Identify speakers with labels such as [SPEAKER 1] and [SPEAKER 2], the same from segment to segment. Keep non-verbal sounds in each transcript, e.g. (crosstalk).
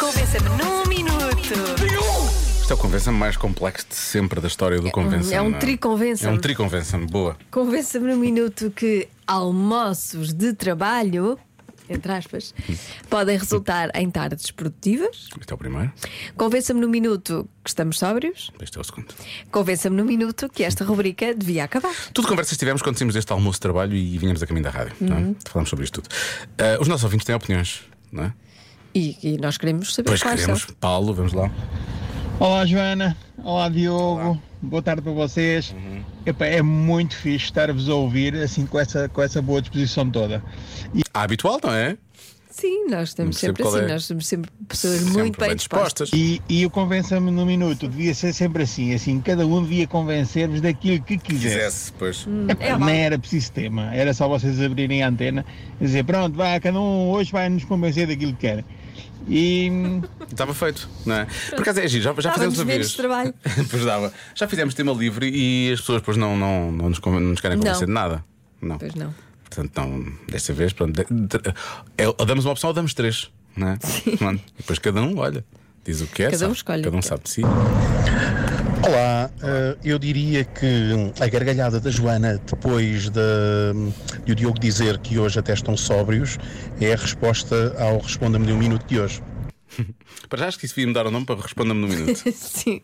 [SPEAKER 1] Convença-me num minuto.
[SPEAKER 2] Isto é o convença-me mais complexo de sempre da história do convença-me.
[SPEAKER 3] é um
[SPEAKER 2] não
[SPEAKER 3] tri-convença-me.
[SPEAKER 2] É um tri-convença-me, boa.
[SPEAKER 3] Convença-me no minuto que almoços de trabalho, entre aspas, podem resultar em tardes produtivas.
[SPEAKER 2] Este é o primeiro,
[SPEAKER 3] Convença-me no minuto que estamos sóbrios.
[SPEAKER 2] este é o segundo.
[SPEAKER 3] Convença-me no minuto que esta rubrica devia acabar.
[SPEAKER 2] Tudo conversas que tivemos quando saímos deste almoço de trabalho e vinhamos a caminho da rádio. não é?
[SPEAKER 3] Uhum.
[SPEAKER 2] Falámos sobre isto tudo. Ah, os nossos ouvintes têm opiniões, não é?
[SPEAKER 3] E, e nós queremos saber
[SPEAKER 2] Pois
[SPEAKER 3] quais
[SPEAKER 2] queremos.
[SPEAKER 3] são.
[SPEAKER 2] Paulo, vamos lá.
[SPEAKER 4] Olá Joana, olá Diogo, boa tarde para vocês. Epá, é muito fixe estar-vos a ouvir assim com essa, com essa boa disposição toda.
[SPEAKER 2] Há habitual, não é?
[SPEAKER 3] Sim, nós estamos
[SPEAKER 2] Não percebo
[SPEAKER 3] sempre
[SPEAKER 2] qual
[SPEAKER 3] assim,
[SPEAKER 2] é.
[SPEAKER 3] nós somos sempre pessoas
[SPEAKER 2] Sempre
[SPEAKER 3] muito bem dispostas.
[SPEAKER 4] E, e o convença-me no minuto, devia ser sempre assim, assim, cada um devia convencer-vos daquilo que
[SPEAKER 2] É.
[SPEAKER 4] quisesse.
[SPEAKER 2] Quisesse, pois.
[SPEAKER 4] Epá,
[SPEAKER 3] É
[SPEAKER 4] não
[SPEAKER 3] lá.
[SPEAKER 4] era preciso tema, era só vocês abrirem a antena e dizer, pronto, vá, cada um hoje vai nos convencer daquilo que querem. E hum,
[SPEAKER 2] Estava feito, não é? Por acaso é giro, já, já fizemos
[SPEAKER 3] Dávamos
[SPEAKER 2] uma
[SPEAKER 3] menos
[SPEAKER 2] vez.
[SPEAKER 3] trabalho.
[SPEAKER 2] (laughs) pois dava. Já fizemos tema livre e as pessoas depois não, não, não, nos, conven- não nos querem
[SPEAKER 3] Não.
[SPEAKER 2] convencer de nada. Não.
[SPEAKER 3] Pois não. (laughs)
[SPEAKER 2] Portanto, não, desta vez, pronto, de- de- é, ou damos uma opção ou damos três, não é? Pronto, depois cada um olha, diz o que é.
[SPEAKER 3] Cada um
[SPEAKER 2] sabe,
[SPEAKER 3] escolhe
[SPEAKER 2] Cada um
[SPEAKER 3] o que
[SPEAKER 2] sabe de si.
[SPEAKER 5] Olá, eh, eu diria que a gargalhada da Joana, depois de, de o Diogo dizer que hoje até estão sóbrios, é a resposta ao Responda-me de um Minuto de hoje.
[SPEAKER 2] Para já acho que isso devia mudar o nome para responda-me no minuto.
[SPEAKER 3] (laughs) Sim.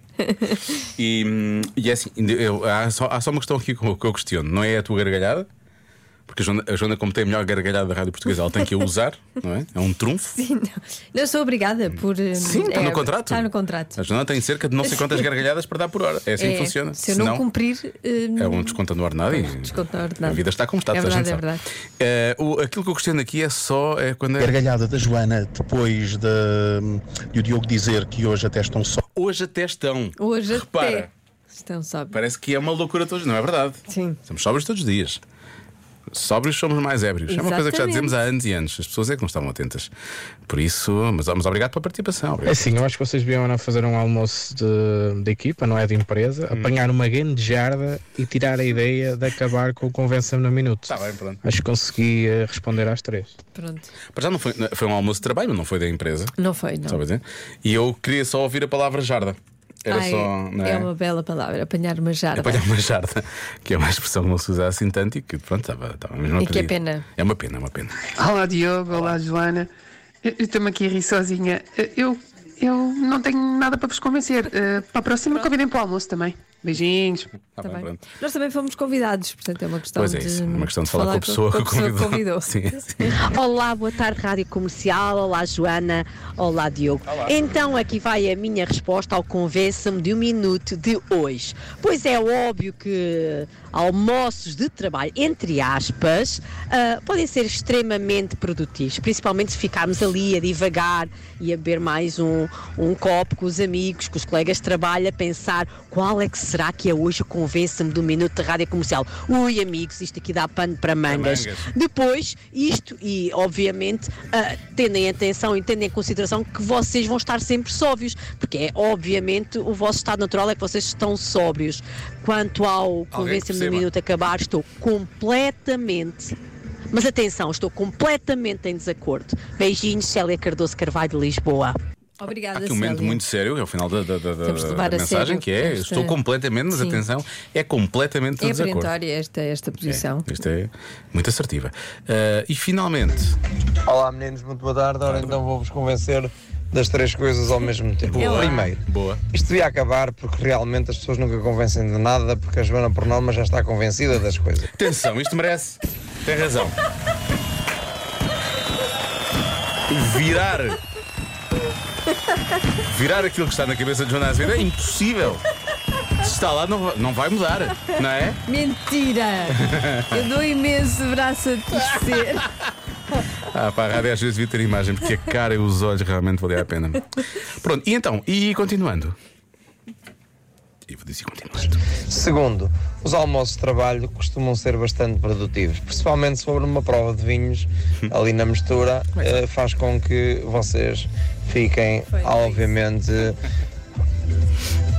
[SPEAKER 2] E, hum, e é assim, eu- há, só, há só uma questão aqui que eu que eu questiono: não é a tua gargalhada? Porque a Joana, a Joana, como tem a melhor gargalhada da rádio portuguesa, ela tem que a
[SPEAKER 3] (laughs)
[SPEAKER 2] usar, não é? É um trunfo.
[SPEAKER 3] Sim, não. Não sou obrigada por. hum,
[SPEAKER 2] Sim, está
[SPEAKER 3] é,
[SPEAKER 2] no contrato.
[SPEAKER 3] Está no contrato.
[SPEAKER 2] A Joana tem cerca de não
[SPEAKER 3] (laughs)
[SPEAKER 2] sei quantas gargalhadas para dar por hora. É assim que
[SPEAKER 3] É,
[SPEAKER 2] funciona.
[SPEAKER 3] Se eu não,
[SPEAKER 2] Senão-
[SPEAKER 3] cumprir. hum,
[SPEAKER 2] É um desconto no ordenado e
[SPEAKER 3] Desconto no ordenado.
[SPEAKER 2] a vida está como está.
[SPEAKER 3] É
[SPEAKER 2] toda a
[SPEAKER 3] verdade,
[SPEAKER 2] gente
[SPEAKER 3] é
[SPEAKER 2] sabe. Eh, o- aquilo que eu questiono aqui é só é quando
[SPEAKER 5] A
[SPEAKER 2] é.
[SPEAKER 5] gargalhada da Joana, depois de, de o Diogo dizer que hoje até estão sóbrios.
[SPEAKER 2] Hoje até estão.
[SPEAKER 3] Hoje
[SPEAKER 2] Repara,
[SPEAKER 3] até. Estão sobe.
[SPEAKER 2] parece que é uma loucura todos. Não é verdade?
[SPEAKER 3] Sim.
[SPEAKER 2] Somos sóbrios todos os dias. Sóbrios somos mais ébrios. É uma coisa que já
[SPEAKER 3] Exatamente.
[SPEAKER 2] dizemos há anos e anos. As pessoas é que não estavam atentas. Por isso, mas, mas obrigado pela participação.
[SPEAKER 6] É assim, eu acho que vocês deviam não fazer um almoço de, de equipa, não é de empresa, apanhar uma grande jarda e tirar a ideia de acabar com o convença-me no minuto.
[SPEAKER 2] Tá bem, pronto.
[SPEAKER 6] Acho que consegui eh, responder às três.
[SPEAKER 3] Pronto.
[SPEAKER 2] Para já não foi, foi um almoço de trabalho, mas não foi da empresa.
[SPEAKER 3] Não foi, não.
[SPEAKER 2] Só para dizer. E eu queria só ouvir a palavra jarda. Era
[SPEAKER 3] Ai,
[SPEAKER 2] só. não
[SPEAKER 3] é? uma bela palavra, apanhar uma jarda.
[SPEAKER 2] apanhar uma jarda, que é uma expressão que não se usa assim tanto e que pronto, estava, estava mesmo a
[SPEAKER 3] E que é
[SPEAKER 2] pedir.
[SPEAKER 3] pena.
[SPEAKER 2] É uma pena, é uma pena.
[SPEAKER 7] Olá Diogo, olá Joana. Eu Estou-me aqui a rir sozinha. Eu, eu não tenho nada para vos convencer. Eh, Para a próxima, convidem para o almoço também. Beijinhos.
[SPEAKER 2] Tá
[SPEAKER 3] Tá
[SPEAKER 2] bem,
[SPEAKER 3] bem.
[SPEAKER 2] pronto.
[SPEAKER 3] Nós também fomos convidados, portanto é uma questão
[SPEAKER 2] Pois é
[SPEAKER 3] de.
[SPEAKER 2] isso, é uma questão de falar, com a pessoa que
[SPEAKER 3] pessoa
[SPEAKER 2] convidou.
[SPEAKER 3] convidou.
[SPEAKER 2] Sim, sim.
[SPEAKER 8] Olá, boa tarde, Rádio Comercial. Olá, Joana. Olá, Diogo. Então, aqui vai a minha resposta ao Convença-me de um Minuto de hoje. Pois é óbvio que almoços de trabalho, entre aspas, ah, podem ser extremamente produtivos, principalmente se ficarmos ali a divagar e a beber mais um, um copo com os amigos, com os colegas de trabalho, a pensar qual é que será que é hoje o Convença-me do Minuto de Rádio Comercial. Ui, amigos, isto aqui dá pano para mangas.
[SPEAKER 2] mangas.
[SPEAKER 8] Depois, isto, e obviamente, ah, tendem atenção e tendem em consideração que vocês vão estar sempre sóbrios, porque é obviamente o vosso estado natural é que vocês estão sóbrios. Quanto ao convença-me
[SPEAKER 2] perceba.
[SPEAKER 8] no minuto acabar, estou completamente. Mas atenção, estou completamente em desacordo. Beijinhos, Célia Cardoso Carvalho de Lisboa.
[SPEAKER 3] (laughs)
[SPEAKER 2] Há
[SPEAKER 3] Obrigada,
[SPEAKER 2] aqui um momento
[SPEAKER 3] Célia.
[SPEAKER 2] muito sério, é o final da, da, da- da-
[SPEAKER 3] Temos de levar
[SPEAKER 2] da
[SPEAKER 3] a
[SPEAKER 2] mensagem,
[SPEAKER 3] sério
[SPEAKER 2] que é:
[SPEAKER 3] esta-
[SPEAKER 2] estou completamente, mas
[SPEAKER 3] Sim.
[SPEAKER 2] atenção, é completamente de
[SPEAKER 3] É
[SPEAKER 2] desacordo.
[SPEAKER 3] perentória esta, esta posição.
[SPEAKER 2] É, isto é muito assertiva. Ah, e finalmente,
[SPEAKER 9] Olá meninos, muito boa tarde. Ora então vou-vos convencer das três coisas ao mesmo tempo.
[SPEAKER 3] Boa.
[SPEAKER 9] Primeiro,
[SPEAKER 2] boa.
[SPEAKER 9] isto devia acabar porque realmente as pessoas nunca convencem de nada, porque a Joana por norma já está convencida das coisas.
[SPEAKER 2] Atenção, isto merece. Tem razão. Virar. Virar aquilo que está na cabeça de Joana Azevedo é impossível. Se está lá, não, va- não vai mudar, não é?
[SPEAKER 3] Mentira!
[SPEAKER 2] (laughs)
[SPEAKER 3] Eu dou imenso braço a torcer.
[SPEAKER 2] Ah, pá, a rádio às vezes devia ter imagem, porque a cara e os olhos realmente valia a pena. Pronto, e então, e continuando? E vou dizer continuando.
[SPEAKER 9] Segundo, os almoços de trabalho costumam ser bastante produtivos, principalmente sobre uma prova de vinhos ali na mistura, eh, faz com que vocês fiquem, obviamente,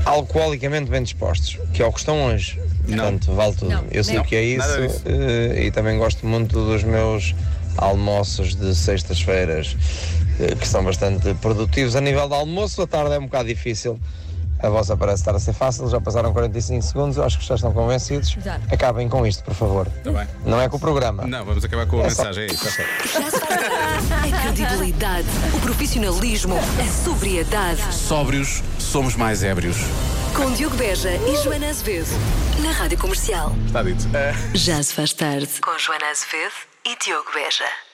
[SPEAKER 9] alcoolicamente bem dispostos, que é o que estão hoje.
[SPEAKER 2] Não.
[SPEAKER 9] Portanto, vale tudo.
[SPEAKER 3] Não,
[SPEAKER 9] Eu sei
[SPEAKER 3] não.
[SPEAKER 9] o que é
[SPEAKER 2] Nada
[SPEAKER 9] isso
[SPEAKER 2] disso.
[SPEAKER 9] eh, e também gosto muito dos meus almoços de sextas-feiras. eh, que são bastante produtivos. A nível de almoço, a tarde é um bocado difícil. A vossa parece estar a ser fácil, já passaram 45 segundos, acho que já estão convencidos.
[SPEAKER 10] Já.
[SPEAKER 9] Acabem com isto, por favor.
[SPEAKER 2] Está Tá bem.
[SPEAKER 9] Não é com o programa.
[SPEAKER 2] Não, vamos acabar com a mensagem. É isso, está certo.
[SPEAKER 8] (laughs) A credibilidade, o profissionalismo, a sobriedade.
[SPEAKER 2] Sóbrios, somos mais ébrios.
[SPEAKER 8] Com Diogo Beja e Joana Azevedo. Na Rádio Comercial.
[SPEAKER 2] Está dito.
[SPEAKER 8] Já se faz tarde. Com Joana Azevedo e Diogo Beja.